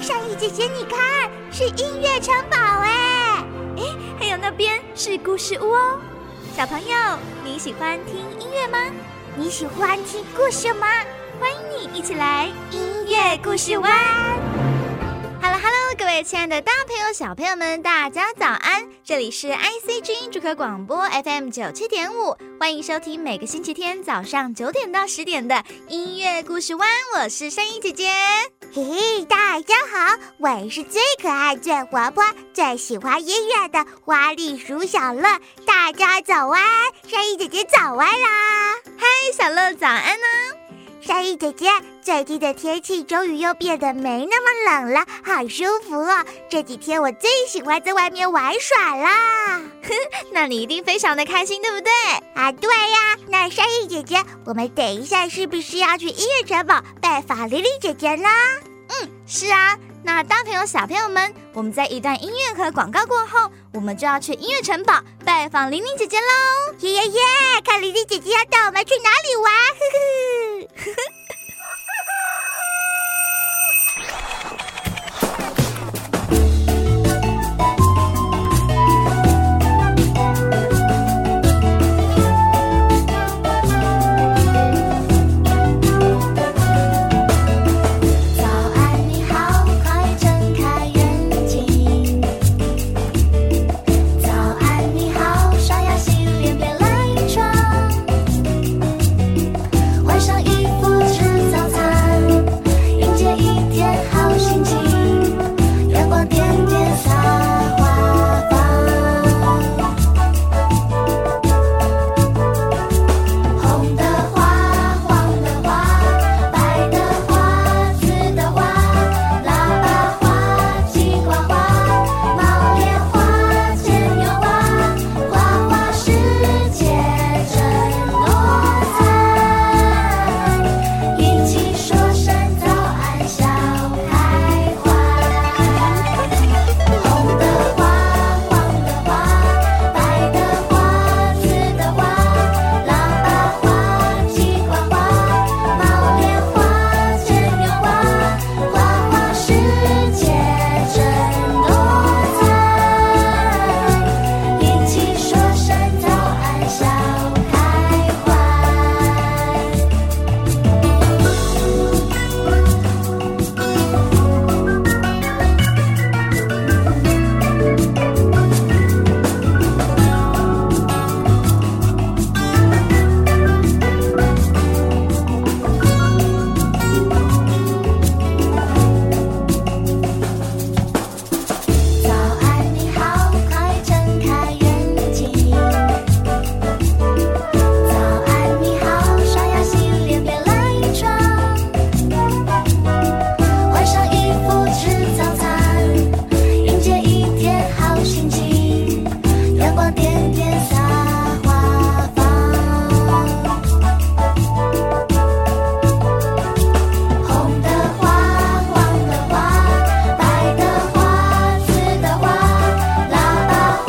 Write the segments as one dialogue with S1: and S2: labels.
S1: 善意姐姐，你看，是音乐城堡哎！
S2: 哎，还有那边是故事屋哦。小朋友，你喜欢听音乐吗？
S1: 你喜欢听故事吗？
S2: 欢迎你一起来
S1: 音乐故事湾。
S2: Hello Hello，各位亲爱的大朋友、小朋友们，大家早安！这里是 IC 之音主客广播 FM 九七点五，欢迎收听每个星期天早上九点到十点的音乐故事湾，我是山一姐姐。
S1: 嘿，大家好，我是最可爱、最活泼、最喜欢音乐的花栗鼠小乐。大家早安，山一姐姐早安啦！
S2: 嗨，小乐早安呢、
S1: 山一姐姐，最近的天气终于又变得没那么冷了，好舒服哦！这几天我最喜欢在外面玩耍啦。
S2: 那你一定非常的开心，对不对？
S1: 啊，对呀，那山一姐姐，我们等一下是不是要去音乐城堡拜访玲玲姐姐呢？
S2: 是啊，那大朋友、小朋友们，我们在一段音乐和广告过后，我们就要去音乐城堡拜访玲玲姐姐喽。
S1: 耶耶耶！看玲玲姐姐要带我们去哪里玩？呵呵。
S3: 早安，你好，快睁开眼睛。早安，你好，刷牙洗脸别赖床。换上衣服吃早餐，迎接一天好心情。阳光点点洒花瓣。红的花，黄的花，白的花，紫的花，喇叭花，西瓜花，毛莲花，牵牛花，花花世界真多彩，一起说声早安，笑开怀。红的花，黄的花，白的花，紫的花，喇叭花，西瓜花，毛莲花，牵牛花，花花世界真多彩，一起说声早安，笑开怀。早安，你好，快睁开眼睛。早安，你好，刷牙洗脸别赖床。换上衣服吃早餐，迎接一天好心情。阳光点点洒花瓣。红的花，黄的花，白的花，紫的花，喇叭花，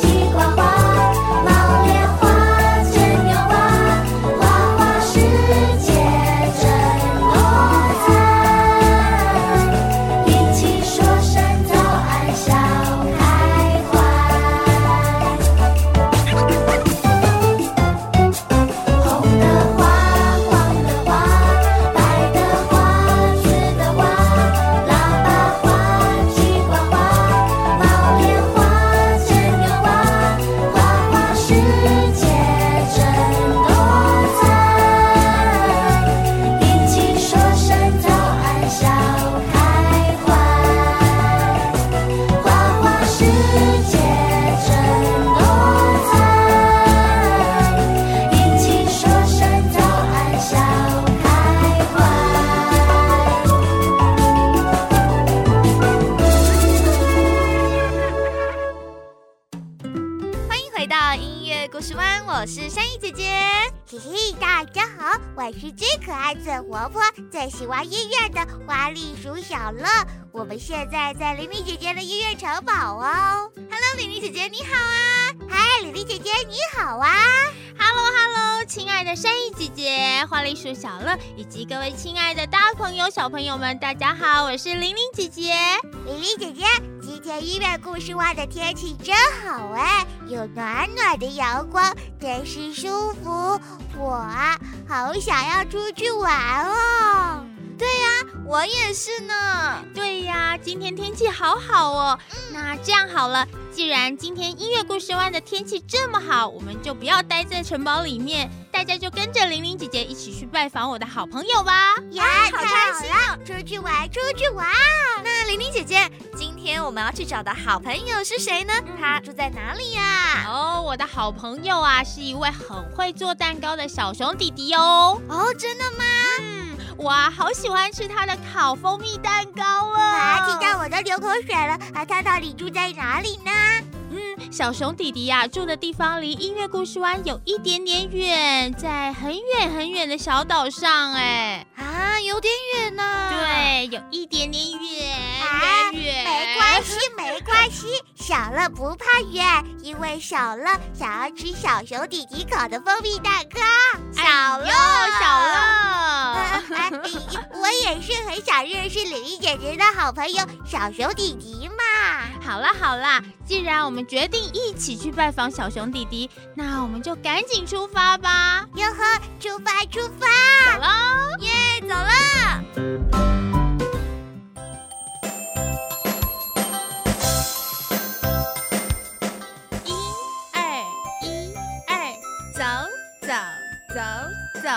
S3: 西瓜花，毛莲花，牵牛花，花花世界真多彩，一起说声早安，笑开怀。红的花，黄的花，白的花，紫的花，喇叭花，西瓜花，毛莲花，牵牛花，花花世界真多彩，一起说声早安，笑开怀。花花世界真多彩，一起说声早安，笑开怀。
S2: 欢迎回到音乐故事湾，我是山一姐姐。
S1: 嘿嘿，大家好，我是最可爱、最活泼、最喜欢音乐的花栗鼠小乐。我们现在在玲玲姐姐的音乐城堡哦。
S2: Hello，玲玲姐姐你好啊！
S1: 嗨，玲玲
S2: 丽姐姐你好啊！
S4: Hello Hello，亲爱的山艺姐姐、花栗鼠小乐以及各位亲爱的大朋友、小朋友们，大家好，我是玲玲姐姐。
S2: 丽丽姐姐，今天医院故事蛙的天气真好哎，有暖暖的阳光，真是舒服。我啊，好想要出去玩哦。
S4: 我也是呢。对呀，今天天气好好哦。那这样好了，既然今天音乐故事湾的天气这么好，我们就不要待在城堡里面，大家就跟着玲玲姐姐一起去拜访我的好朋友吧。
S2: 呀，
S4: 好
S2: 太
S4: 开
S2: 好
S4: 心
S2: 了！出去玩，出去玩。
S3: 哦那玲玲姐姐，今天我们要去找的好朋友是谁呢？
S2: 嗯
S3: 他住在哪里呀、
S4: 哦，我的好朋友啊，是一位很会做蛋糕的小熊弟弟哦。
S3: 哦，真的吗？
S4: 嗯，我啊好喜欢吃他的烤蜂蜜蛋糕哦。
S2: 啊，听到我都流口水了。啊，他到底住在哪里呢？
S4: 嗯，小熊弟弟呀、住的地方离音乐故事湾有一点点远，在很远很远的小岛上哎。
S3: 啊，有点远呢、，
S4: 对，有一点点远，
S2: 啊
S4: 远远。哎
S2: 没关系，没关系，小乐不怕远，因为小乐想要吃小熊弟弟烤的蜂蜜蛋糕。
S3: 哎
S4: 小乐，小乐。
S2: 啊啊咦我也是很想认识李丽姐姐的好朋友小熊弟弟嘛。
S4: 好啦好啦，既然我们决定一起去拜访小熊弟弟，那我们就赶紧出发吧。
S2: 哟呵，出发出发！
S4: 走喽！
S3: 走了。
S4: 一二一二，走走走走，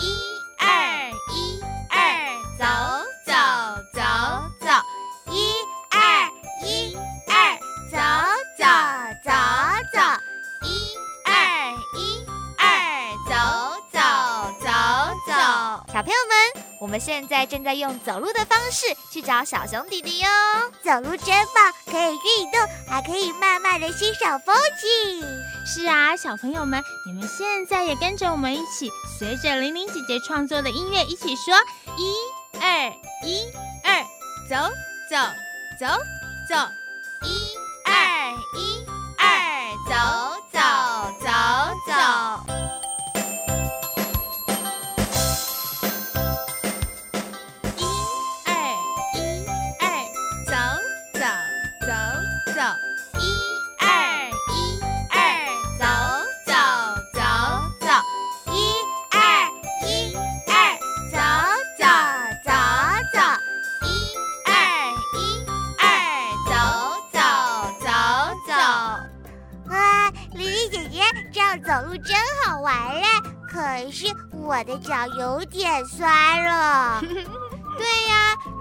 S4: 一二一二，走走走走，
S2: 一二一二，走走走走，
S4: 一二一二，走走走走。
S3: 小朋友们，我们现在正在用走路的方式去找小熊弟弟哟。
S2: 走路真棒，可以运动，还可以慢慢的欣赏风景。
S4: 是啊，小朋友们，你们现在也跟着我们一起，随着玲玲姐姐创作的音乐一起说：一、二、一、二，走走走走，一、二、一、二，走走走走。一、二、一、二，走走走走。一二一二，走走走走，一二一二，走走走走，一二一二，走走走走。
S2: 哇，哎李丽姐姐这样走路真好玩嘞！可是我的脚有点酸 了。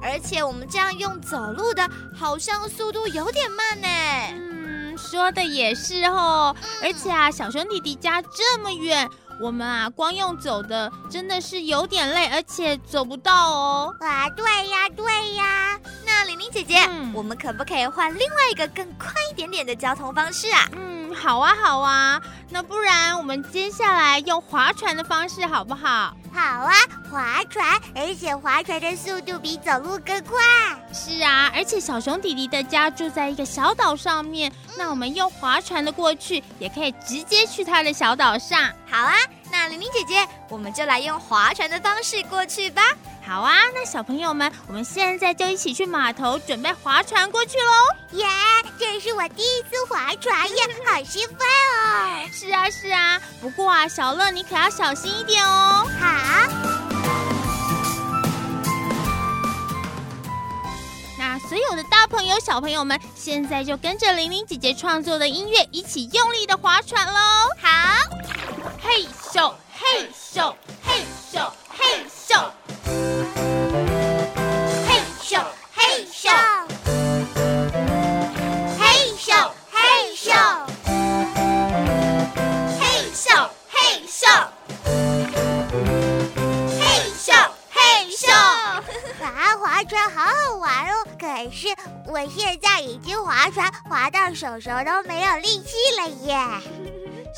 S3: 而且我们这样用走路的，好像速度有点慢呢。
S4: 嗯，说的也是哦，而且啊，小熊弟弟家这么远。我们啊，光用走的真的是有点累，而且走不到哦。
S2: 哇，啊对呀，对呀，
S3: 那玲玲姐姐，
S4: 嗯
S3: 我们可不可以换另外一个更快一点点的交通方式啊？
S4: 嗯，好啊，好啊，那不然我们接下来用划船的方式好不好？
S2: 好啊，划船，而且划船的速度比走路更快。
S4: 是啊，而且小熊弟弟的家住在一个小岛上面，那我们用划船的过去，也可以直接去他的小岛上。
S3: 好啊，那玲玲姐姐，我们就来用划船的方式过去吧。
S4: 好啊，那小朋友们，我们现在就一起去码头准备划船过去喽。
S2: 耶，这是我第一次划船耶，好兴奋哦！
S4: 是啊，是啊，不过啊，小乐你可要小心一点哦。
S2: 好，
S4: 那所有的大朋友、小朋友们，现在就跟着玲玲姐姐创作的音乐一起用力的划船喽。
S3: 好，
S4: 嘿咻嘿咻嘿咻嘿咻，
S2: 嘿咻嘿咻，嘿咻嘿咻，
S4: 嘿咻嘿咻。
S2: 嘿咻嘿咻。哇，划船好好玩哦！可是我现在已经划船划到手手都没有力气了耶。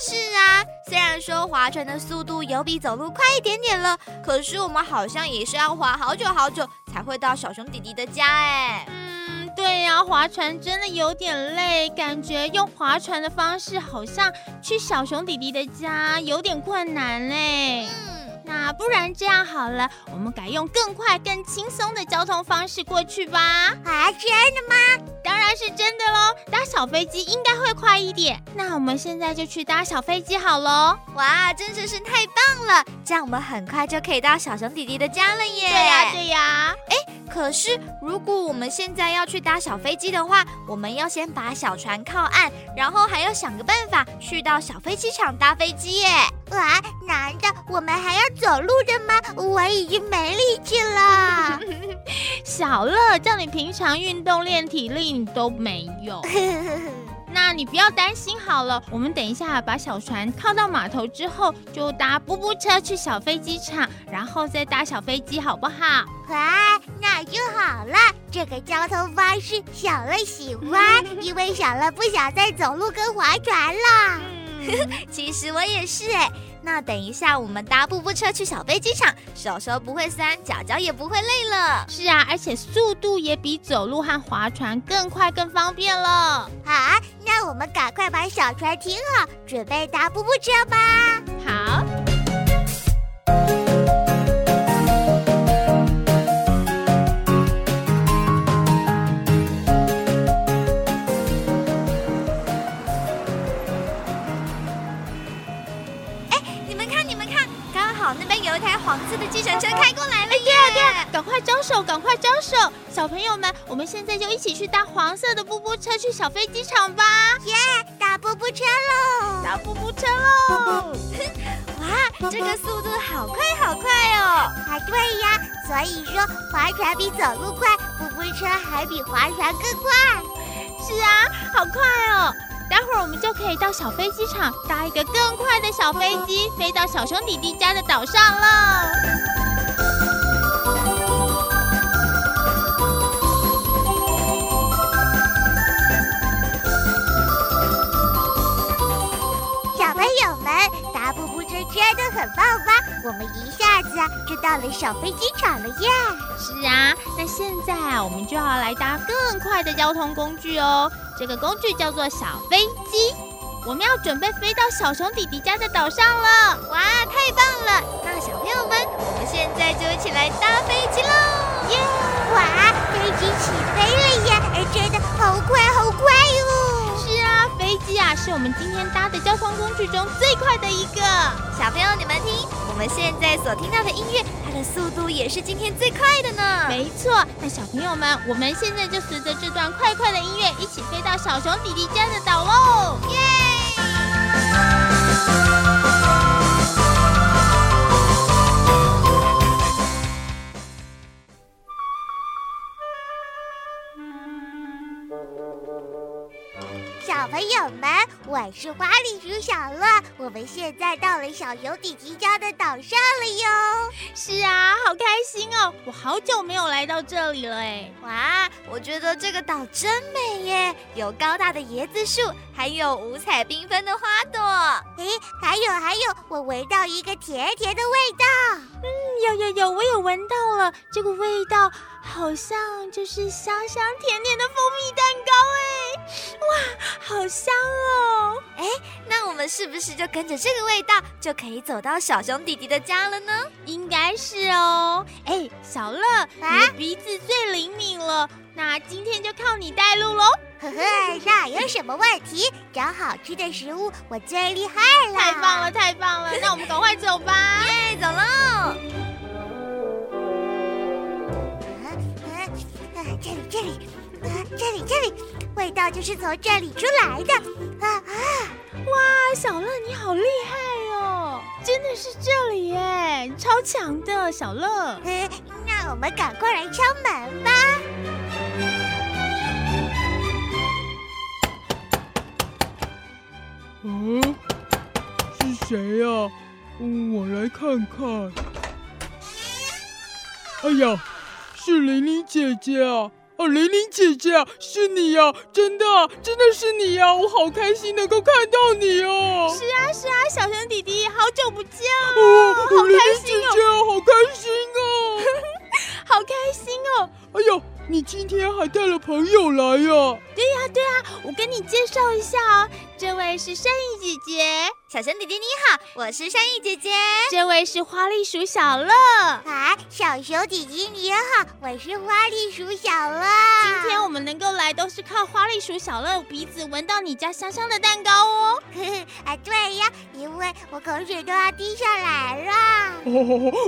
S3: 是啊，虽然说划船的速度有比走路快一点点了，可是我们好像也是要划好久好久才会到小熊弟弟的家哎。
S4: 嗯，嗯，对呀、划船真的有点累，感觉用划船的方式好像去小熊弟弟的家有点困难嘞。
S2: 嗯，
S4: 那不然这样好了，我们改用更快、更轻松的交通方式过去吧。
S1: 啊，真的吗？
S4: 当然是真的喽，搭小飞机应该会快一点。那我们现在就去搭小飞机好喽。
S2: 哇，真真是太棒了！这样我们很快就可以到小熊弟弟的家了耶。
S4: 对呀、
S1: 啊
S4: 对呀、
S2: 可是，如果我们现在要去搭小飞机的话，我们要先把小船靠岸，然后还要想个办法去到小飞机场搭飞机耶。
S1: 哇，难道我们还要走路的吗？我已经没力气了。
S4: 小乐，叫你平常运动练体力，你都没有。那你不要担心好了，我们等一下把小船靠到码头之后，就搭布布车去小飞机场，然后再搭小飞机，好不好？
S1: 哇，那就好了。这个交通方式小乐喜欢，因为小乐不想再走路跟划船了。
S2: 其实我也是哎。那等一下我们搭布布车去小飞机场，手手不会酸，脚脚也不会累了。
S4: 是啊，而且速度也比走路和划船更快、更方便了。
S1: 好，啊那我们赶快把小船停好，准备搭布布车吧。
S4: 好，
S2: 你们看，你们看，刚好那边有一台黄色的计程车开过来了耶！
S1: 哎
S4: 赶快招手，赶快招手！小朋友们，我们现在就一起去搭黄色的布布车去小飞机场吧，
S1: 搭布布车喽！
S4: 搭布布车喽！
S2: 哦哇，这个速度好快好快哦！
S1: 啊，对呀，所以说划船比走路快，布布车还比划船更快。
S4: 是啊，好快哦！待会儿我们就可以到小飞机场搭一个更快的小飞机，飞到小熊弟弟家的岛上了。
S1: 小朋友们，搭布布车真的很棒吧？我们一下子啊就到了小飞机场了耶！
S4: 是啊，那现在啊，我们就要来搭更快的交通工具哦。这个工具叫做小飞机，我们要准备飞到小熊弟弟家的岛上了。
S2: 哇，太棒了！那小朋友们，我们现在就一起来搭飞机喽！耶！
S1: 哇，飞机起飞了耶！哎，真的好快好快哦！
S4: 是啊，飞机啊是我们今天搭的交通工具中最快的一个。
S2: 小朋友，你们听，我们现在所听到的音乐，它的速度也是今天最快的呢。
S4: 没错，那小朋友们，我们现在就随着这段快快的音乐一起飞到小熊弟弟家的岛喽！耶！
S1: 小朋友们，我是花栗鼠小乐，我们现在到了小熊弟弟家的岛上了哟！
S4: 是啊，好开心哦！我好久没有来到这里了哎。
S2: 哇，我觉得这个岛真美耶，有高大的椰子树，还有五彩缤纷的花朵。
S1: 哎，还有还有，我闻到一个甜甜的味道。
S4: 有有有，我有闻到了，这个味道好像就是香香甜甜的蜂蜜蛋糕哎，哇，好香哦！
S2: 那我们是不是就跟着这个味道，就可以走到小熊弟弟的家了呢？
S4: 应该是哦，哎，小乐，你的鼻子最灵敏了，那今天就靠你带路喽。
S1: 呵呵，那有什么问题？找好吃的食物，我最厉害了！
S4: 太棒！了，太棒了，那我们赶快走吧。啊
S2: 哎，走喽！
S1: 啊，这里这里，啊，这里这里，味道就是从这里出来的。啊啊，
S4: 哇，小乐你好厉害哦，真的是这里耶，超强的小乐。
S1: 呃那我们赶快来敲门吧。
S5: 嗯，是谁呀、嗯我来看看。哎呀，是玲玲姐姐啊！哦，玲玲姐姐啊，是你呀、真的啊、真的是你呀、我好开心能够看到你哦、
S4: 是啊是啊，小熊弟弟，好久不见了。
S5: 哦，
S4: 好
S5: 玲
S4: 开
S5: 玲姐
S4: 心哦
S5: 姐啊，好开心哦、
S4: 好开心哦！
S5: 哎呦，你今天还带了朋友来啊呀、
S4: 啊我跟你介绍一下哦，这位是善意姐姐，
S2: 小熊弟弟你好，我是善意姐姐。
S4: 这位是花栗鼠小乐。
S1: 啊，小熊弟弟你好，我是花栗鼠小乐。
S4: 今天我们能够来，都是靠花栗鼠小乐鼻子闻到你家香香的蛋糕哦。
S1: 啊，对呀，因为我口水都要滴下来了。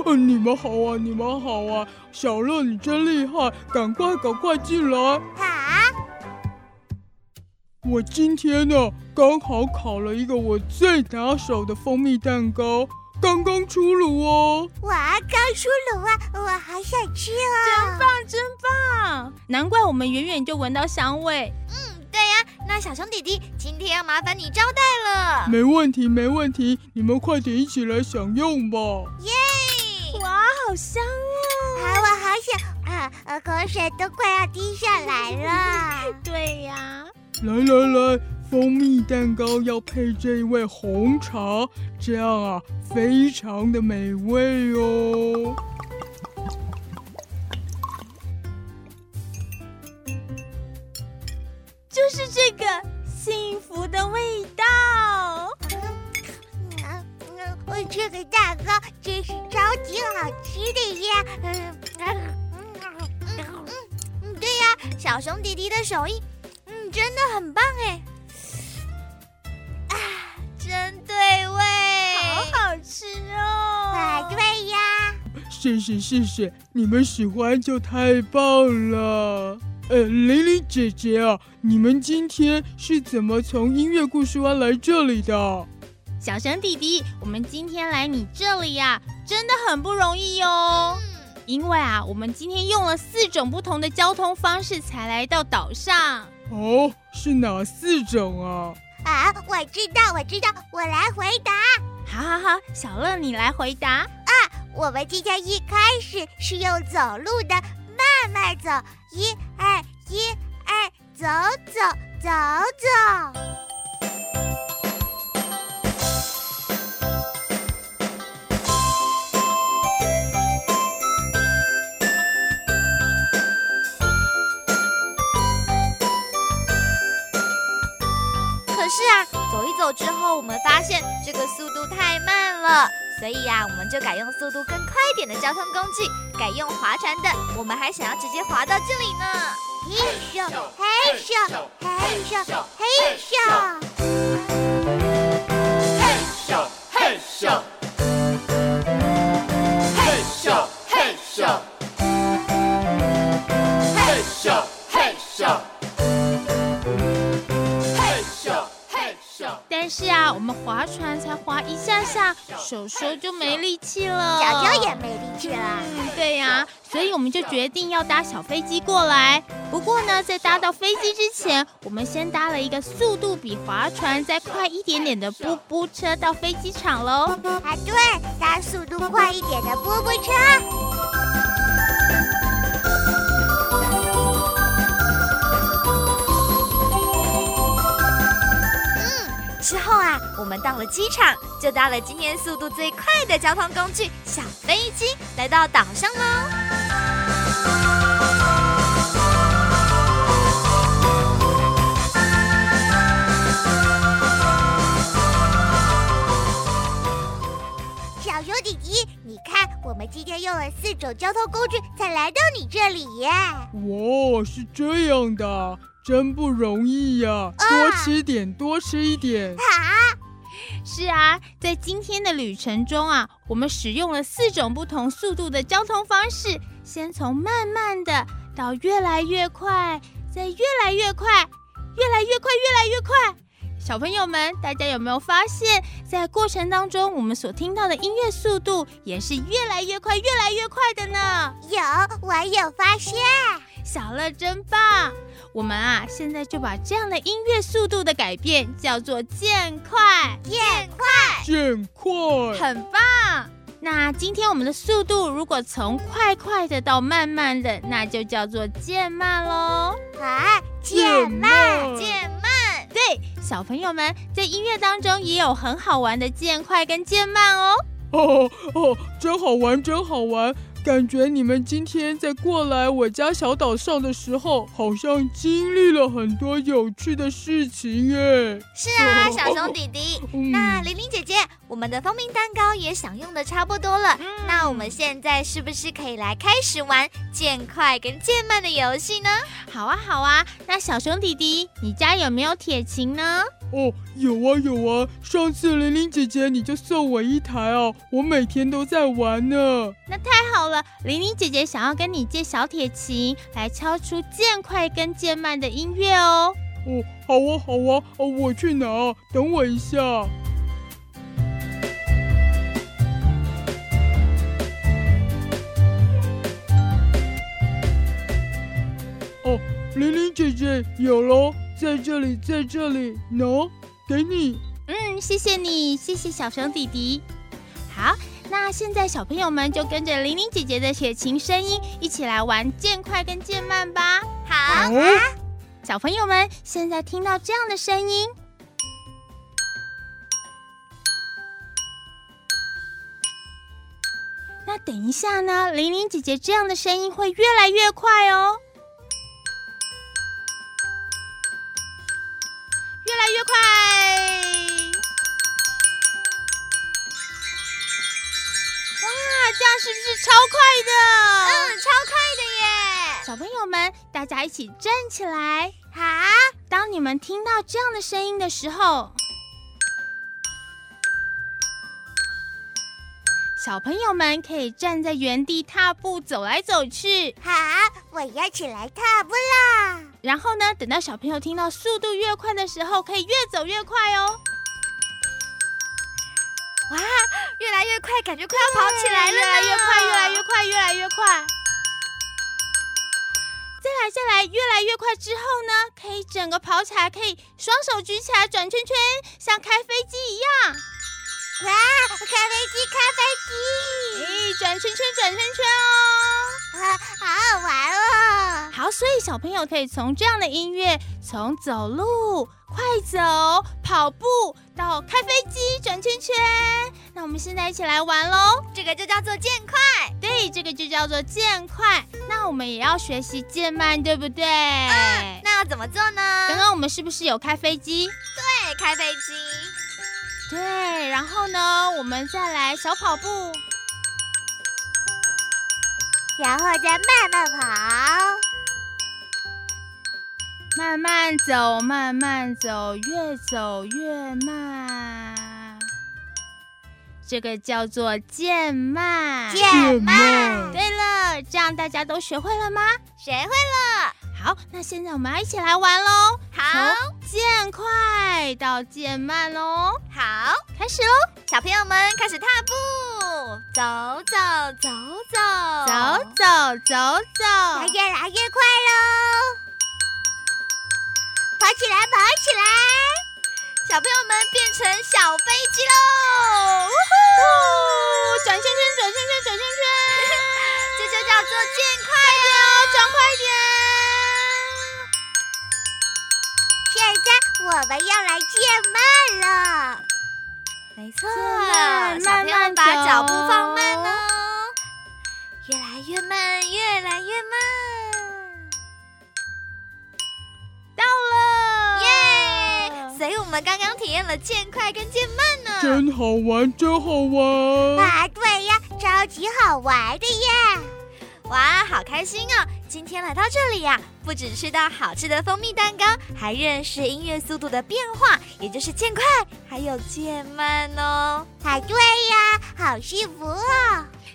S5: 哦，你们好啊，你们好啊！小乐，你真厉害，赶快赶快进来！
S1: 啊，
S5: 我今天呢，刚好烤了一个我最拿手的蜂蜜蛋糕，刚刚出炉哦。
S1: 我刚出炉啊，我好想吃哦。
S4: 棒，真棒！难怪我们远远就闻到香味。
S2: 对呀、那小熊弟弟今天要麻烦你招待了。
S5: 没问题，没问题，你们快点一起来享用吧。
S4: 哇，好香哦！
S1: 啊，我好想啊，呃，口水都快要滴下来了。
S4: 对呀、
S5: 来来来，蜂蜜蛋糕要配这一味红茶，这样啊，非常的美味哦。
S4: 就是这个幸福的味道。
S1: 嗯嗯，我这个蛋糕真是超级好吃的呀。嗯嗯嗯
S2: 嗯，对呀、小熊弟弟的手艺，嗯，真的很棒哎。啊，真对味，
S4: 好好吃
S1: 啊，
S4: 哦！
S1: 对呀，
S5: 谢谢谢谢，你们喜欢就太棒了。呃，玲玲姐姐啊，你们今天是怎么从音乐故事湾来这里的？
S4: 小熊弟弟，我们今天来你这里呀、真的很不容易哦。因为啊，我们今天用了四种不同的交通方式才来到岛上。
S5: 哦，是哪四种啊？
S1: 啊，我知道，我知道，我来回答。
S4: 好好好，小乐你来回答。
S1: 我们今天一开始是用走路的，慢慢走，一二一二，走走走走。
S2: 可是啊，走一走之后，我们发现这个速度太慢了，所以呀、我们就改用速度更快一点的交通工具，改用划船的。我们还想要直接划到这里呢。
S1: 嘿咻，嘿咻，嘿咻，嘿咻。
S6: 咻嘿咻，嘿咻嘿咻，嘿咻嘿咻，嘿咻嘿咻。
S4: 但是啊，我们划船才划一下下，手手就没力气了，
S1: 小脚也没力气了。
S4: 嗯，对呀、所以我们就决定要搭小飞机过来。不过呢，在搭到飞机之前，我们先搭了一个速度比划船再快一点点的布布车到飞机场喽。
S1: 啊，对，搭速度快一点的波波车。
S2: 之后啊，我们到了机场，就搭了今天速度最快的交通工具小飞机，来到岛上喽。
S1: 小熊弟弟，你看，我们今天用了四种交通工具才来到你这里耶。
S5: 哇，哦是这样的啊，真不容易呀、多吃点，多吃一点。
S4: 是啊，在今天的旅程中啊，我们使用了四种不同速度的交通方式，先从慢慢的到越来越快，再越来越快，越来越快，越来越快。小朋友们，大家有没有发现，在过程当中，我们所听到的音乐速度也是越来越快，越来越快的呢？
S1: 有，我有发现。
S4: 小乐真棒！我们啊，现在就把这样的音乐速度的改变叫做渐快。
S5: 见快，
S4: 很棒。那今天我们的速度如果从快快的到慢慢的，那就叫做渐慢喽。
S1: 啊，见慢，
S2: 见慢，
S4: 对，小朋友们在音乐当中也有很好玩的渐快跟渐慢哦。
S5: 哦哦，真好玩，真好玩！感觉你们今天在过来我家小岛上的时候，好像经历了很多有趣的事情耶。
S2: 是 啊，小熊弟弟。
S5: 嗯
S2: 那玲玲姐姐，我们的蜂蜜蛋糕也享用的差不多了，
S4: 嗯
S2: 那我们现在是不是可以来开始玩渐快跟渐慢的游戏呢？
S4: 好啊，好啊。那小熊弟弟，你家有没有铁琴呢？
S5: 哦，有啊有啊，上次玲玲姐姐你就送我一台哦，我每天都在玩呢。
S4: 太好了，玲玲姐姐想要跟你借小铁琴来敲出渐快跟渐慢的音乐哦。
S5: 哦，好啊好啊，哦，我去拿，等我一下。哦，玲玲姐姐有喽，在这里，在这里，喏，给你。
S4: 嗯，谢谢你，谢谢小熊弟弟。好，那现在小朋友们就跟着玲玲姐姐的铁琴声音一起来玩渐快跟渐慢吧。
S2: 好，
S1: 啊
S5: 哦，
S4: 小朋友们现在听到这样的声音，那等一下呢，玲玲姐姐这样的声音会越来越快哦，越来越快！哇，这样是不是超快的？
S2: 嗯，超快
S4: 小朋友们，大家一起站起来。
S2: 的耶！好。
S4: 当你们听到这样的声音的时候，小朋友们可以站在原地踏步走来走去。
S1: 好，啊我要起来踏步啦！
S4: 然后呢，等到小朋友听到速度越快的时候，可以越走越快哦。
S2: 越来越快，感觉快要跑起来了，
S4: 越来越快，越来越。快，越来越快。再来，再来，越来越快之后呢，可以整个跑起来，可以双手举起来转圈圈，像开飞机一样。
S1: 哇，咖啡机，咖啡机，
S4: 咦，哎转圈圈，转圈圈哦！
S1: 好 好好玩哦！
S4: 好，所以小朋友可以从这样的音乐，从走路、快走、跑步到开飞机、转圈圈。那我们现在一起来玩喽！
S2: 这个就叫做健快。
S4: 对，这个就叫做渐快。那我们也要学习渐慢，对不对？
S2: 那要怎么做呢？
S4: 刚刚我们是不是有开飞机？
S2: 对，开飞机。
S4: 对，然后呢，我们再来小跑步。
S1: 然后再慢慢跑，
S4: 慢慢走，慢慢走，越走越慢。这个叫做渐慢。
S1: 渐慢。
S5: 慢
S4: 对了，这样大家都学会了吗？
S2: 学会了，
S4: 好，那现在我们要一起来玩喽。
S2: 好
S4: 从渐快到渐慢喽，
S2: 好，
S4: 开始喽！
S2: 小朋友们开始踏步，走走走
S4: 走
S2: 走
S4: 走走
S1: 它
S4: 走，
S1: 越来越快喽！跑起来，跑起来！
S2: 小朋友们变成小飞机喽！呜
S4: 转圈圈，转圈圈，转圈圈。
S2: 呼， 这就叫做健快哟，转快点！
S1: 现在我们要来渐慢了。
S2: 没错
S4: 慢，
S2: 小朋友
S4: 慢慢
S2: 们把脚步
S4: 走
S2: 放慢哦，越来越慢，越来越慢，
S4: 到了，
S2: 耶！所以我们刚刚体验了渐快跟渐慢呢。
S5: 真好玩，真好玩。
S1: 啊，对呀，超级好玩的耶！
S2: 哇，好开心哦！今天来到这里呀、不止吃到好吃的蜂蜜蛋糕，还认识音乐速度的变化，也就是渐快还有渐慢哦。
S1: 啊，对呀，好幸福哦！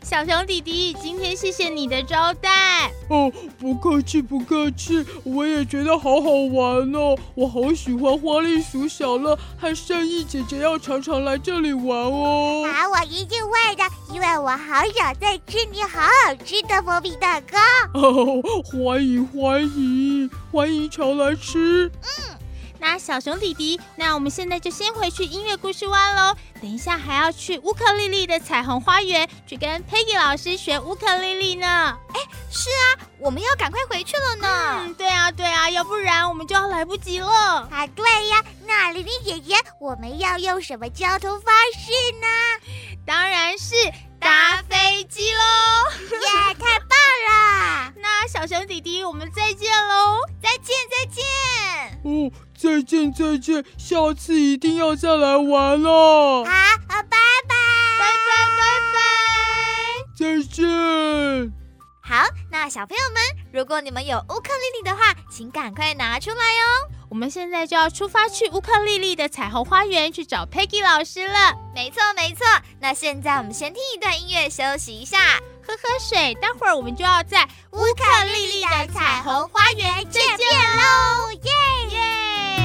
S4: 小熊弟弟，今天谢谢你的招待。
S5: 哦，不客气，不客气，我也觉得好好玩哦，我好喜欢花栗鼠小乐和善意姐姐，要常常来这里玩哦。
S1: 啊，我一定会的，因为我好想再吃你好好吃的蜂蜜蛋糕。
S5: 哦，欢迎欢迎欢迎常来吃。
S4: 那小熊弟弟，那我们现在就先回去音乐故事湾喽。等一下还要去乌克丽丽的彩虹花园去跟 Peggy 老师学乌克丽丽呢。
S2: 是啊，我们要赶快回去了呢。
S4: 嗯，对啊，对啊，要不然我们就要来不及了。
S1: 啊，对呀，那玲玲姐姐，我们要用什么交通方式呢？
S4: 当然是搭飞机喽！
S3: 耶，太棒了！
S4: 那小熊弟弟，我们再见喽！
S7: 再见，再见。
S5: 哦，再见再见，下次一定要再来玩哦。
S3: 好，呃拜拜。
S7: 拜拜
S5: 再见。
S7: 拜拜。好，那小朋友们，如果你们有乌克丽丽的话，请赶快拿出来哦。
S4: 我们现在就要出发去乌克丽丽的彩虹花园去找 Peggy 老师了，
S7: 没错，没错。那现在我们先听一段音乐休息一下。
S4: 喝喝水。待会儿我们就要在乌克丽丽的彩虹花园见
S3: 见
S4: 面。
S3: 面喽，耶！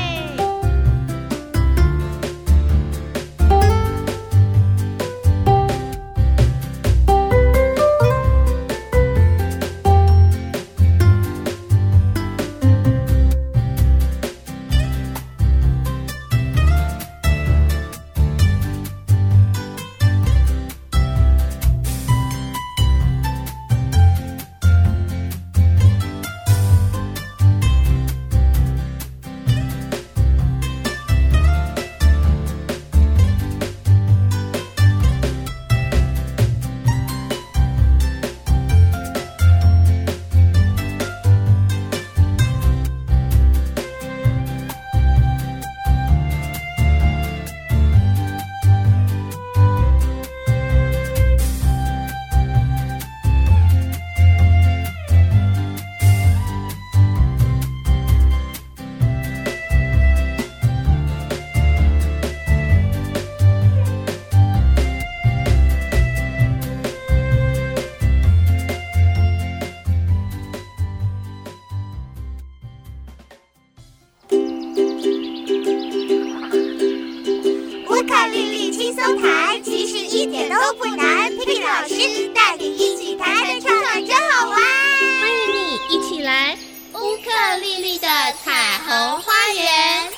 S3: 乌克丽丽轻松谈，其实一点都不难。皮皮老师带你一起弹弹唱唱，真好玩。
S8: 欢迎你一起来乌克丽丽的彩虹花园。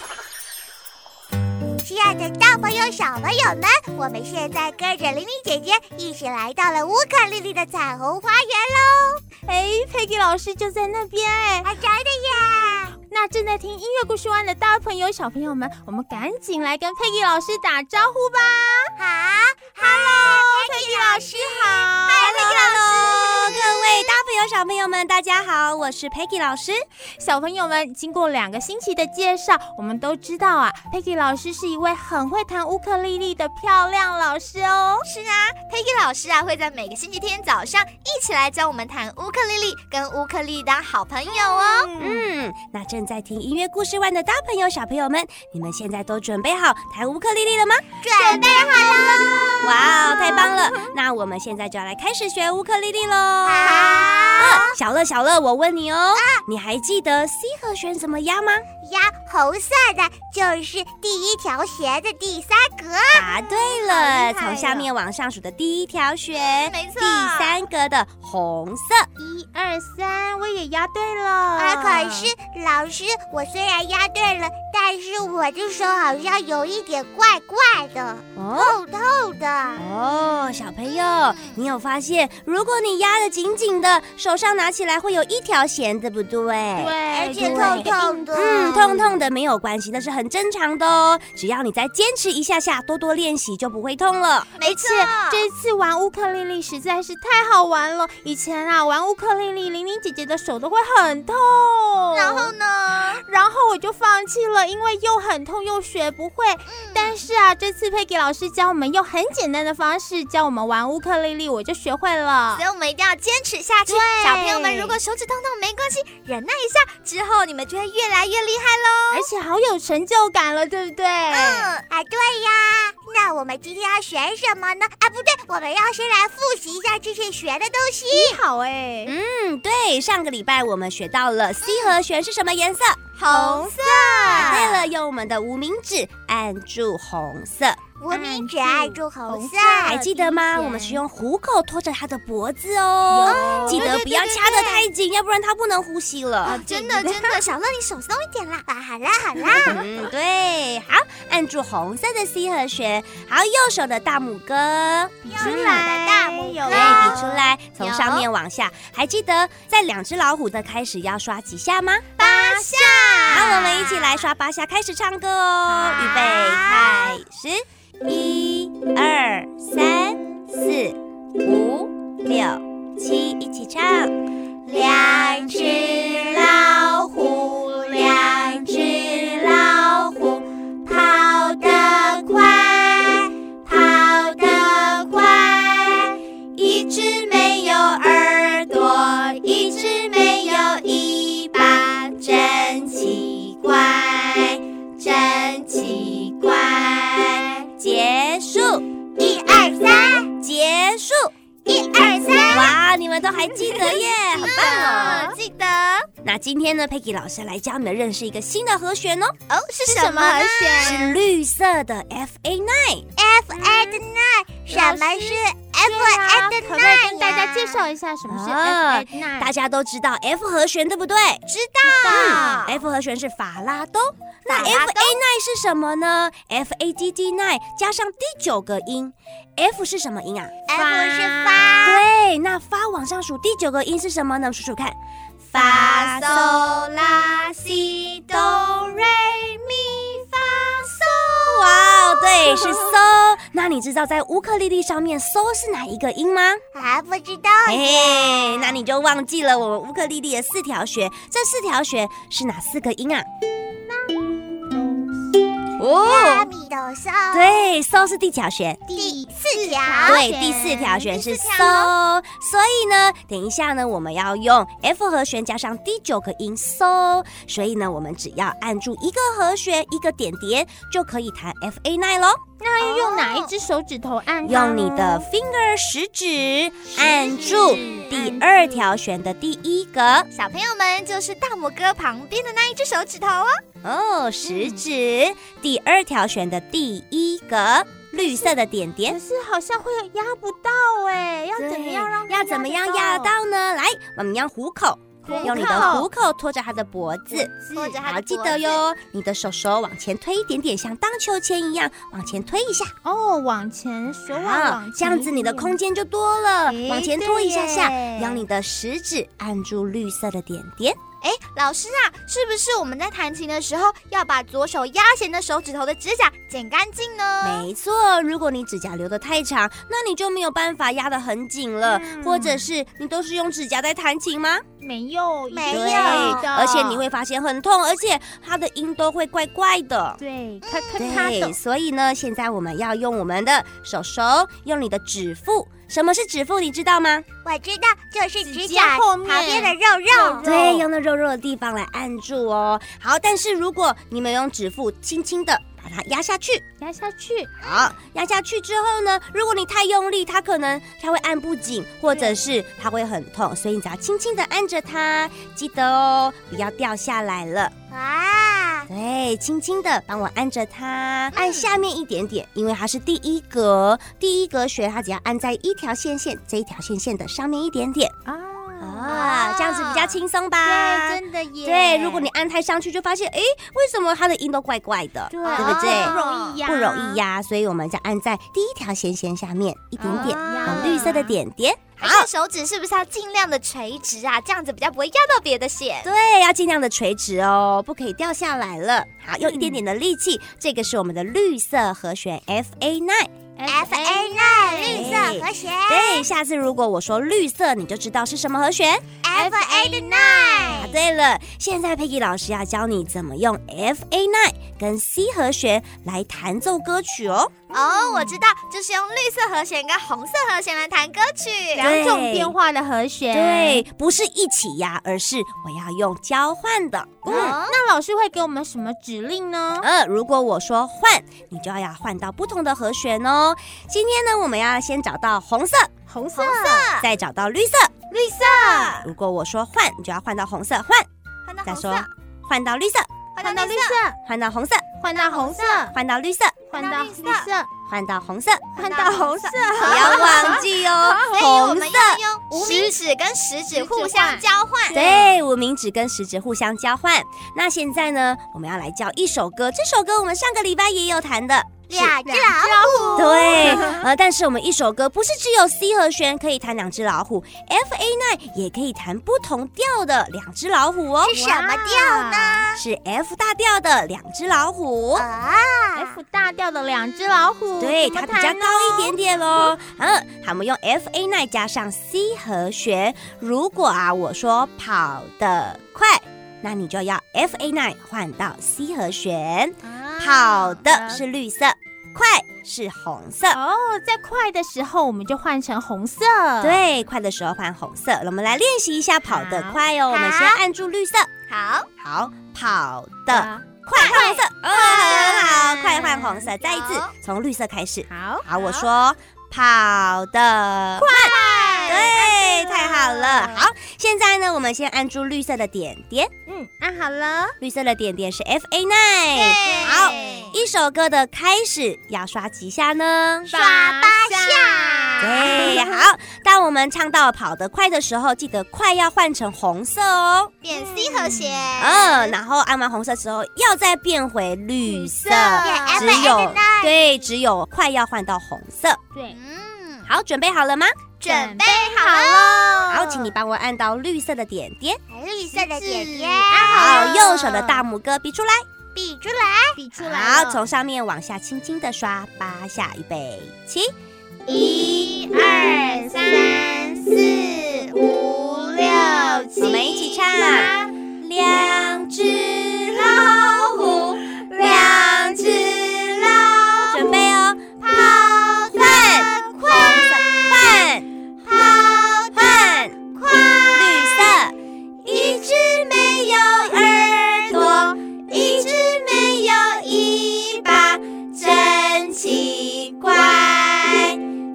S3: 亲爱的大朋友、小朋友们，我们现在跟着玲玲姐姐一起来到了乌克丽丽的彩虹花园
S4: 哎，Peggy 老师就在那边哎
S3: 喽！。啊，真的耶！
S4: 那正在听音乐故事湾的大朋友、小朋友们，我们赶紧来跟 Peggy 老师打招呼吧。
S3: 好，Hello，Peggy 老师好，Hello，老师，各位大朋友、小朋友们，大家好，我是 Peggy 老师。
S4: 小朋友们，经过两个星期的介绍，我们都知道啊，Peggy 老师是一位很会弹乌克丽丽的漂亮老师哦。
S7: 是啊，Peggy 老师啊会在每个星期天早上一起来教我们弹乌克丽丽，跟乌克丽丽当好朋友哦。
S2: 嗯，那正在听音乐故事湾的大朋友、小朋友们，你们现在都准备好弹乌克丽丽了吗？
S3: 准备好了吗？
S2: 哇哦，太棒了！那我们现在就要来开始学乌克丽丽喽。啊小乐，小乐，我问你哦，你还记得 C 和弦怎么压吗？
S3: 呀，红色的就是第一条弦的第三格。
S7: 啊
S2: 答对了，
S7: 哦
S2: 从下面往上数的第一条弦，
S7: 没错
S2: 第三格的红色。
S4: 一二三，我也押对了。
S3: 啊，可是老师，我虽然押对了，但是我的手好像有一点怪怪的，
S2: 哦
S3: 痛痛的。
S2: 哦，小朋友，你有发现，如果你压得紧紧的，手上拿起来会有一条弦，对不对？对
S7: 哎
S3: 而且
S2: 对
S3: 痛痛的，
S2: 嗯，痛痛的没有关系，那是很正常的哦。只要你再坚持一下下，多多练习就不会痛了。哎
S7: 没错，
S4: 这次玩乌克丽丽实在是太好玩了。以前啊，玩乌克丽丽，玲玲姐姐的手都会很痛。
S7: 然后呢？
S4: 然后我就放弃了，因为又很痛又学不会。但是啊，这次佩给老师教我们用很简单的方式教我们玩乌克丽丽，我就学会了
S7: 所
S2: 哦
S7: 以。我们一定要坚持下去。小朋友们，如果手指痛痛没关系，忍耐一下，之后你们就会越来越厉害喽。
S4: 而且好有成就感了，对不对？嗯，
S3: 啊，对呀，那我们今天要学什么呢？啊，不对，我们要先来复习一下之前学的东西。
S4: 好哎、
S2: 嗯，对，上个礼拜我们学到了 C 和弦是什么颜色。
S7: 红色。
S2: 对了，用我们的无名指按住红色，
S3: 无名指按住嗯红色，
S2: 还记得吗？我们是用虎口拖着它的脖子哦，记得不要掐得太紧，要不然它不能呼吸了。
S7: 真 的真的，小乐你手松一点啦。
S3: 啊， 好啦好啦，
S2: 嗯，对，好，按住红色的 C 和弦，好，右手的大拇哥，
S3: 出来大拇
S2: 对，
S3: 哥
S2: 比出来，从上面往下。还记得在两只老虎的开始要刷几下吗？
S7: 八下。
S2: 好，我们一起来刷八下，开始唱歌哦。预备，开始，一、二、三、四、
S3: 真奇怪，真奇怪。
S9: 结束，
S1: 一二三，
S9: 结束。
S1: 一二三。
S9: 哇，你们都还记得耶，好棒哦！
S2: 记得
S9: 那今天呢，Peggy 老师来教你们认识一个新的和弦哦，
S2: 哦，是什么和弦？
S9: 是绿色的 F A nine。
S1: F at night，什么是 F at
S4: 啊可
S1: night？
S4: 不可以跟大家介绍一下什么
S2: 哦
S4: 是
S9: 啊
S4: F at night？
S9: 大家都知道 F 和弦对不对？知
S1: 道
S9: F 和弦是法拉哆。那
S1: 法
S9: F A
S1: 拉
S9: nine 是什么呢？F A D D nine 加上第九个音，F 是什么音啊？
S1: F 是发，
S9: 对，那发往上数第九个音是什么呢？数数看，
S3: 发嗦拉西哆瑞咪发嗦。
S9: 哇哦，对， 是嗦。那你知道在乌克丽丽上面嗦是哪一个音吗？
S1: 还不知道
S9: 嘿
S1: 耶。
S9: 嘿，哎那你就忘记了我们乌克丽丽的四条弦，这四条弦是哪四个音啊？
S1: 阿
S9: 哦，
S1: 米哆嗦，
S9: 对，嗦是第几条弦？
S1: 第四条，
S9: 对，第四条弦是嗦，所以呢，等一下呢，我们要用 F 和弦加上第九个音嗦，所以呢，我们只要按住一个和弦一个点点，就可以弹 F A nine 喽。
S4: 那要用哪一只手指头按？
S9: 用你的 finger 食指按住第二条弦的第一格
S2: 小朋友们就是大拇哥旁边的那一只手指头哦。
S9: 哦，食指第二条弦的第一格绿色的点点
S4: 可。是好像会压不到哎，要怎么样让它
S9: 要怎么样
S4: 得
S9: 压到呢？来，我们用虎口，用你的虎口拖着他的脖子，
S2: 拖着它的
S9: 好，记
S2: 脖
S9: 得
S2: 子
S9: 哟，你的手手往前推一点点，像荡秋千一样往前推一下，
S4: 哦？往前，手腕往前一点，
S9: 啊这样子你的空间就多了，
S2: 诶
S9: 往前拖一下
S2: 哎
S9: 下
S2: 对耶，
S9: 用你的食指按住绿色的点点。
S2: 哎，老师啊，是不是我们在弹琴的时候要把左手压弦的手指头的指甲剪干净呢？
S9: 没错，如果你指甲留得太长，那你就没有办法压得很紧了，
S2: 嗯
S9: 或者是你都是用指甲在弹琴吗？
S4: 没有，
S1: 没有
S4: 一定
S9: 对
S4: 要的
S9: 而且你会发现很痛，而且它的音都会怪怪的。
S4: 对，咔咔咔
S9: 对，
S4: 的，
S9: 所以呢，现在我们要用我们的手手，用你的指腹。什么是指腹？你知道吗？
S1: 我知道，就是指
S4: 指甲
S1: 甲
S4: 后
S1: 旁
S4: 面
S1: 边的肉肉。
S9: 对，用那肉肉的地方来按住哦。好，但是如果你们用指腹轻轻的把它压下去，
S4: 压下去，
S9: 好，压下去之后呢，如果你太用力，它可能它会按不紧，或者是它会很痛，所以你只要轻轻的按着它，记得哦，不要掉下来了。
S1: 哇，
S9: 对，轻轻的帮我按着
S4: 嗯
S9: 它，按下面一点点，因为它是第一格，第一格学它只要按在一条线线这一条线线的上面一点点
S4: 啊，
S9: 啊，这样子比较轻松吧？
S4: 对，真的耶，
S9: 对，如果你按太上去，就发现诶，为什么它的音都怪怪的，对
S4: 啊
S9: 不对？
S4: 不容易呀，
S9: 不容易呀、所以我们就按在第一条线线下面一点点，
S4: 啊
S9: 有绿色的点点。
S2: 而且手指是不是要尽量的垂直啊？这样子比较不会压到别的弦。
S9: 对，要尽量的垂直哦，不可以掉下来
S4: 嗯
S9: 了。好，用一点点的力气，这个是我们的绿色和弦 F A nine。
S1: F A 奈绿色和弦
S4: 哎
S9: 对，下次如果我说绿色，你就知道是什么和弦。啊
S1: ，F A 的 night，
S9: 对了，现在佩奇老师要教你怎么用 F A nine 跟 C 和弦来弹奏歌曲哦。
S2: 哦，我知道，就是用绿色和弦跟红色和弦来弹歌曲。
S4: 两种变化的和弦，
S9: 对，不是一起压，而是我要用交换的。嗯。
S4: 哦。那老师会给我们什么指令呢？
S9: 嗯，如果我说换，你就要换到不同的和弦哦。今天呢，我们要先找到红色，红色，再找到绿色，绿色。如果我说换，你就要换到红色，换，
S2: 换到
S9: 再
S2: 红色
S9: 说，换到绿色，
S2: 换到绿色，
S9: 换到红色，
S4: 换到红色，
S9: 换到绿色，
S4: 换到绿色，
S9: 换到红色，
S4: 换到红色，
S9: 不要忘记哦，
S2: 我
S9: 红
S2: 们
S9: 色。
S2: 要用无名指跟食指互相交换。
S9: 对，无名指跟食指互相交换。那现在呢，我们要来教一首歌，这首歌我们上个礼拜也有弹的，是
S1: 两只老虎。
S9: 对，呃，但是我们一首歌不是只有 C 和弦可以弹两只老虎，F A nine 也可以弹不同调的两只老虎哦，
S1: 是什么调呢？
S9: 是 F 大调的两只老虎。
S1: 啊，
S4: F 大调的两只老虎，
S9: 对，
S4: 怎么
S9: 它比较
S4: 弹呢
S9: 高一点点喽。嗯，他们用 F A nine 加上 C 和弦。如果啊，我说跑得快，那你就要 F A nine 换到 C 和弦。
S1: 啊
S9: 跑的是绿色，快是红色。
S4: 哦，在快的时候我们就换成红色，，
S9: 对，快的时候换红色。我们来练习一下跑得
S4: 好
S9: 快哦。我们先按住绿色，
S2: 好，
S9: 好，跑得快，换红色，啊，好，快换红色，再一次，从绿色开始。
S2: 好，
S9: 好，我说跑得快，对，太好了。好，现在呢，我们先按住绿色的点点，
S2: 嗯，按好了，
S9: 绿色的点点是 F A nine。好，一首歌的开始要刷几下呢？
S2: 耍八下，
S9: 对，哎好。当我们唱到跑得快的时候，记得快要换成红色哦。
S2: 变 C 和谐，
S9: 嗯，然后按完红色之后，要再变回绿色。
S1: F
S9: 只
S1: A
S9: 有
S1: nine。
S9: 对，只有快要换到红色。
S4: 对，
S2: 嗯，
S9: 好，准备好了吗？
S2: 准备好
S4: 哦
S2: 喽，
S9: 好，请你帮我按到绿色的点点。
S1: 绿色的点点，
S9: 好，右手的大拇哥比出来。
S1: 比出来，
S4: 比出来
S9: 好，从上面往下轻轻的刷八下，预备起。
S2: 一二三四五六七，
S9: 我们一起唱。两只老虎，两只老虎，准备哦，跑得快，快，跑得快，绿色，一只没有耳朵，一只没有尾巴，真奇怪，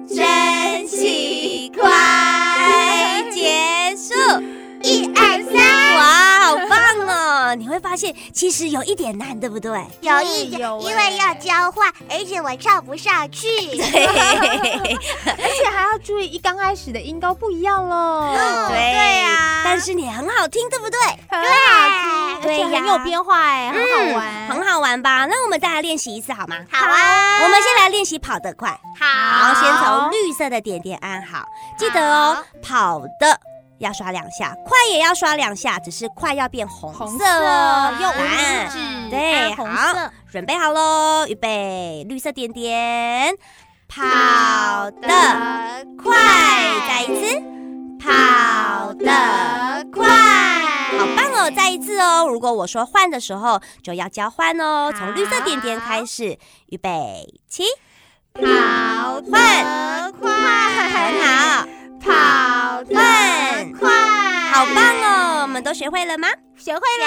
S9: 真奇怪，结束。
S1: 一二三，
S9: 哇，好棒哦！你会发现其实有一点难，对不对？
S1: 有一点，因为要交换，而且我唱不上去。
S4: 而且还要注意一刚开始的音高不一样喽，
S9: 对呀，但是你很好听，对不对？
S4: 很好听，
S9: 对
S4: 而且
S9: 呀嗯
S4: 很有变化哎，很好玩，
S9: 很好玩吧？那我们再来练习一次好吗？
S1: 好啊，
S9: 我们先来练习跑得快，好，先从绿色的点点按好，记得哦，跑的要刷两下，快也要刷两下，只是快要变红
S4: 红
S9: 色哦，
S4: 用
S9: 来
S4: 五指指
S9: 对，
S4: 按红色
S9: 好，准备好喽，预备，绿色点点，跑得快，再一次，跑得快，好棒哦，再一次哦。如果我说换的时候，就要交换哦，从绿色点点开始，预备，起，跑换快，很好，跑得快，好棒哦，我们都学会了吗？学会了，学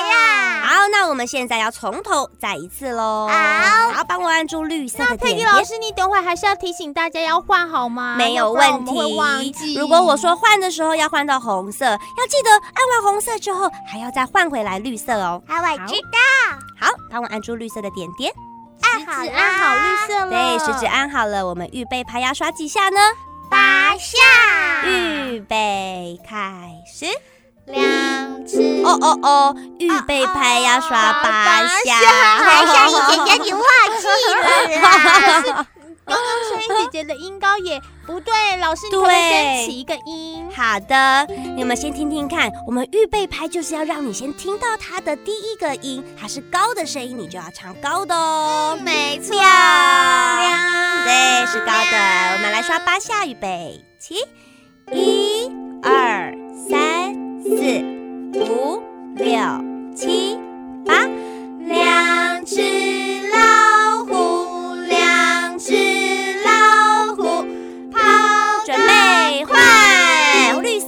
S9: 会啦。好，那我们现在要从头再一次喽。好，帮我按住绿色的
S4: 佩仪
S9: 点点。
S4: 老师，你等会还是要提醒大家要换好吗？
S9: 没有
S4: 要不然
S9: 问
S4: 我们会忘记
S9: 题。如果我说换的时候要换到红色，要记得按完红色之后还要再换回来绿色哦。
S1: 好，我知道，
S9: 好，帮我按住绿色的点点。
S1: 按好
S4: 只
S1: 了，
S4: 按好绿色了，
S9: 对，食指按好了，我们预备拍要刷几下呢？
S1: 八下，
S9: 啊预备开始。
S10: 两只
S9: 哦哦哦，预备拍要刷啊八下。
S1: 蓝小雨姐姐，你忘记了啦？
S4: 春雨姐姐的音高也不对，老师你可不可以
S9: 对
S4: 先起一个音？
S9: 好的，你们先听听看。我们预备拍就是要让你先听到它的第一个音，它是高的声音，你就要唱高的哦。
S2: 没错
S9: 漂，亮，对，是高的。我们来刷八下，预备，起，一、二、三、四、五、六、七、八。两只老虎，两只老虎，跑，准备换绿色，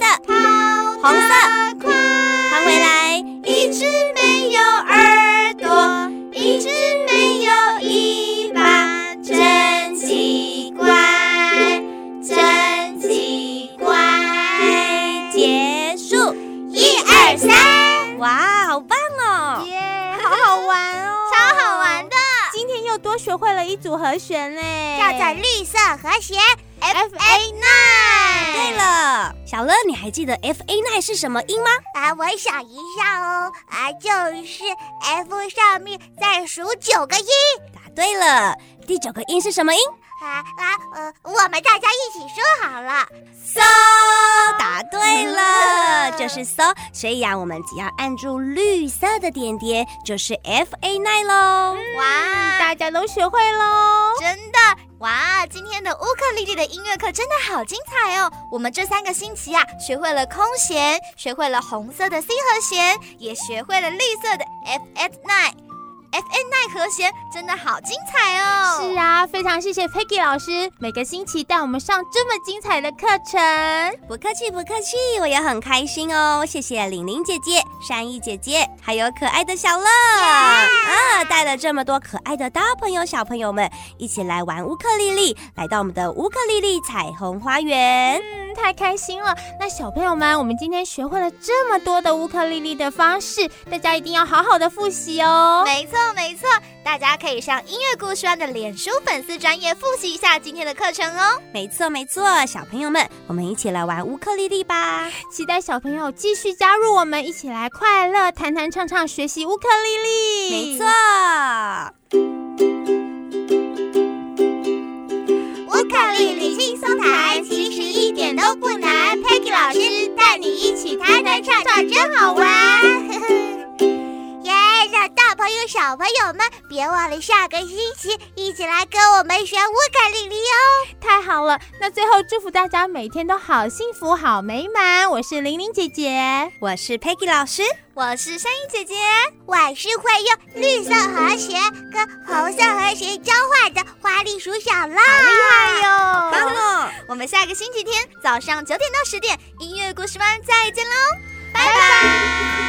S9: 红色，换回来。一只没有耳朵，一只没有尾巴，真奇怪，真奇怪。结束，一二三，哇，好棒哦！
S4: 耶，好好玩哦，超
S1: 好玩
S4: 的。今天又多学会了一组和弦呢，
S1: 叫做绿色和弦 F A
S9: 对
S1: nine。
S9: 了，小乐，你还记得 F A nine 是什么音吗？
S1: 啊，我想一下哦，啊，就是 F 上面再数九个音。
S9: 答对了，第九个音是什么音？
S1: 啊啊呃，我们大家一起说好了。
S9: 嗦，哦答对了， 就是 so。所以呀、啊我们只要按住绿色的点点，就是 F A nine 喽。
S2: 哇，
S4: 大家都学会喽。
S2: 真的哇！今天的乌克丽丽的音乐课真的好精彩哦！我们这三个星期啊，学会了空弦，学会了红色的 C 和弦，也学会了绿色的 F at nine。 F N 奈和弦真的好精彩哦！
S4: 是啊，非常谢谢 Peggy 老师每个星期带我们上这么精彩的课程。
S9: 不客气，不客气，我也很开心哦。谢谢玲玲姐姐、善意姐姐，还有可爱的小乐啊，带了这么多可爱的大朋友、小朋友们一起来玩乌克丽丽，来到我们的乌克丽丽彩虹花园。
S4: 嗯，太开心了！那小朋友们，我们今天学会了这么多的乌克丽丽的方式，大家一定要好好的复习哦。
S2: 没错没错，大家可以上音乐故事湾的脸书粉丝专业复习一下今天的课程哦。
S9: 没错，没错，小朋友们，我们一起来玩乌克丽丽吧。
S4: 期待小朋友继续加入我们，一起来快乐弹弹唱唱学习乌克丽丽。
S9: 没错。
S3: 乌克丽丽轻松弹，其实一点都不难。Peggy 老师带你一起弹弹唱唱，真好玩。耶！让大朋友、小朋友们别忘了下个星期一起来跟我们学乌克丽丽哦。
S4: 太好了！那最后祝福大家每天都好幸福、好美满。我是玲玲姐姐，
S9: 我是 Peggy 老师，
S2: 我是山一姐姐，
S3: 我是会用绿色和弦跟红色和弦交换的花栗鼠小浪。
S4: 哎呦，
S9: 棒哦！
S2: 我们下个星期天早上九点到十点音乐故事湾再见喽，拜拜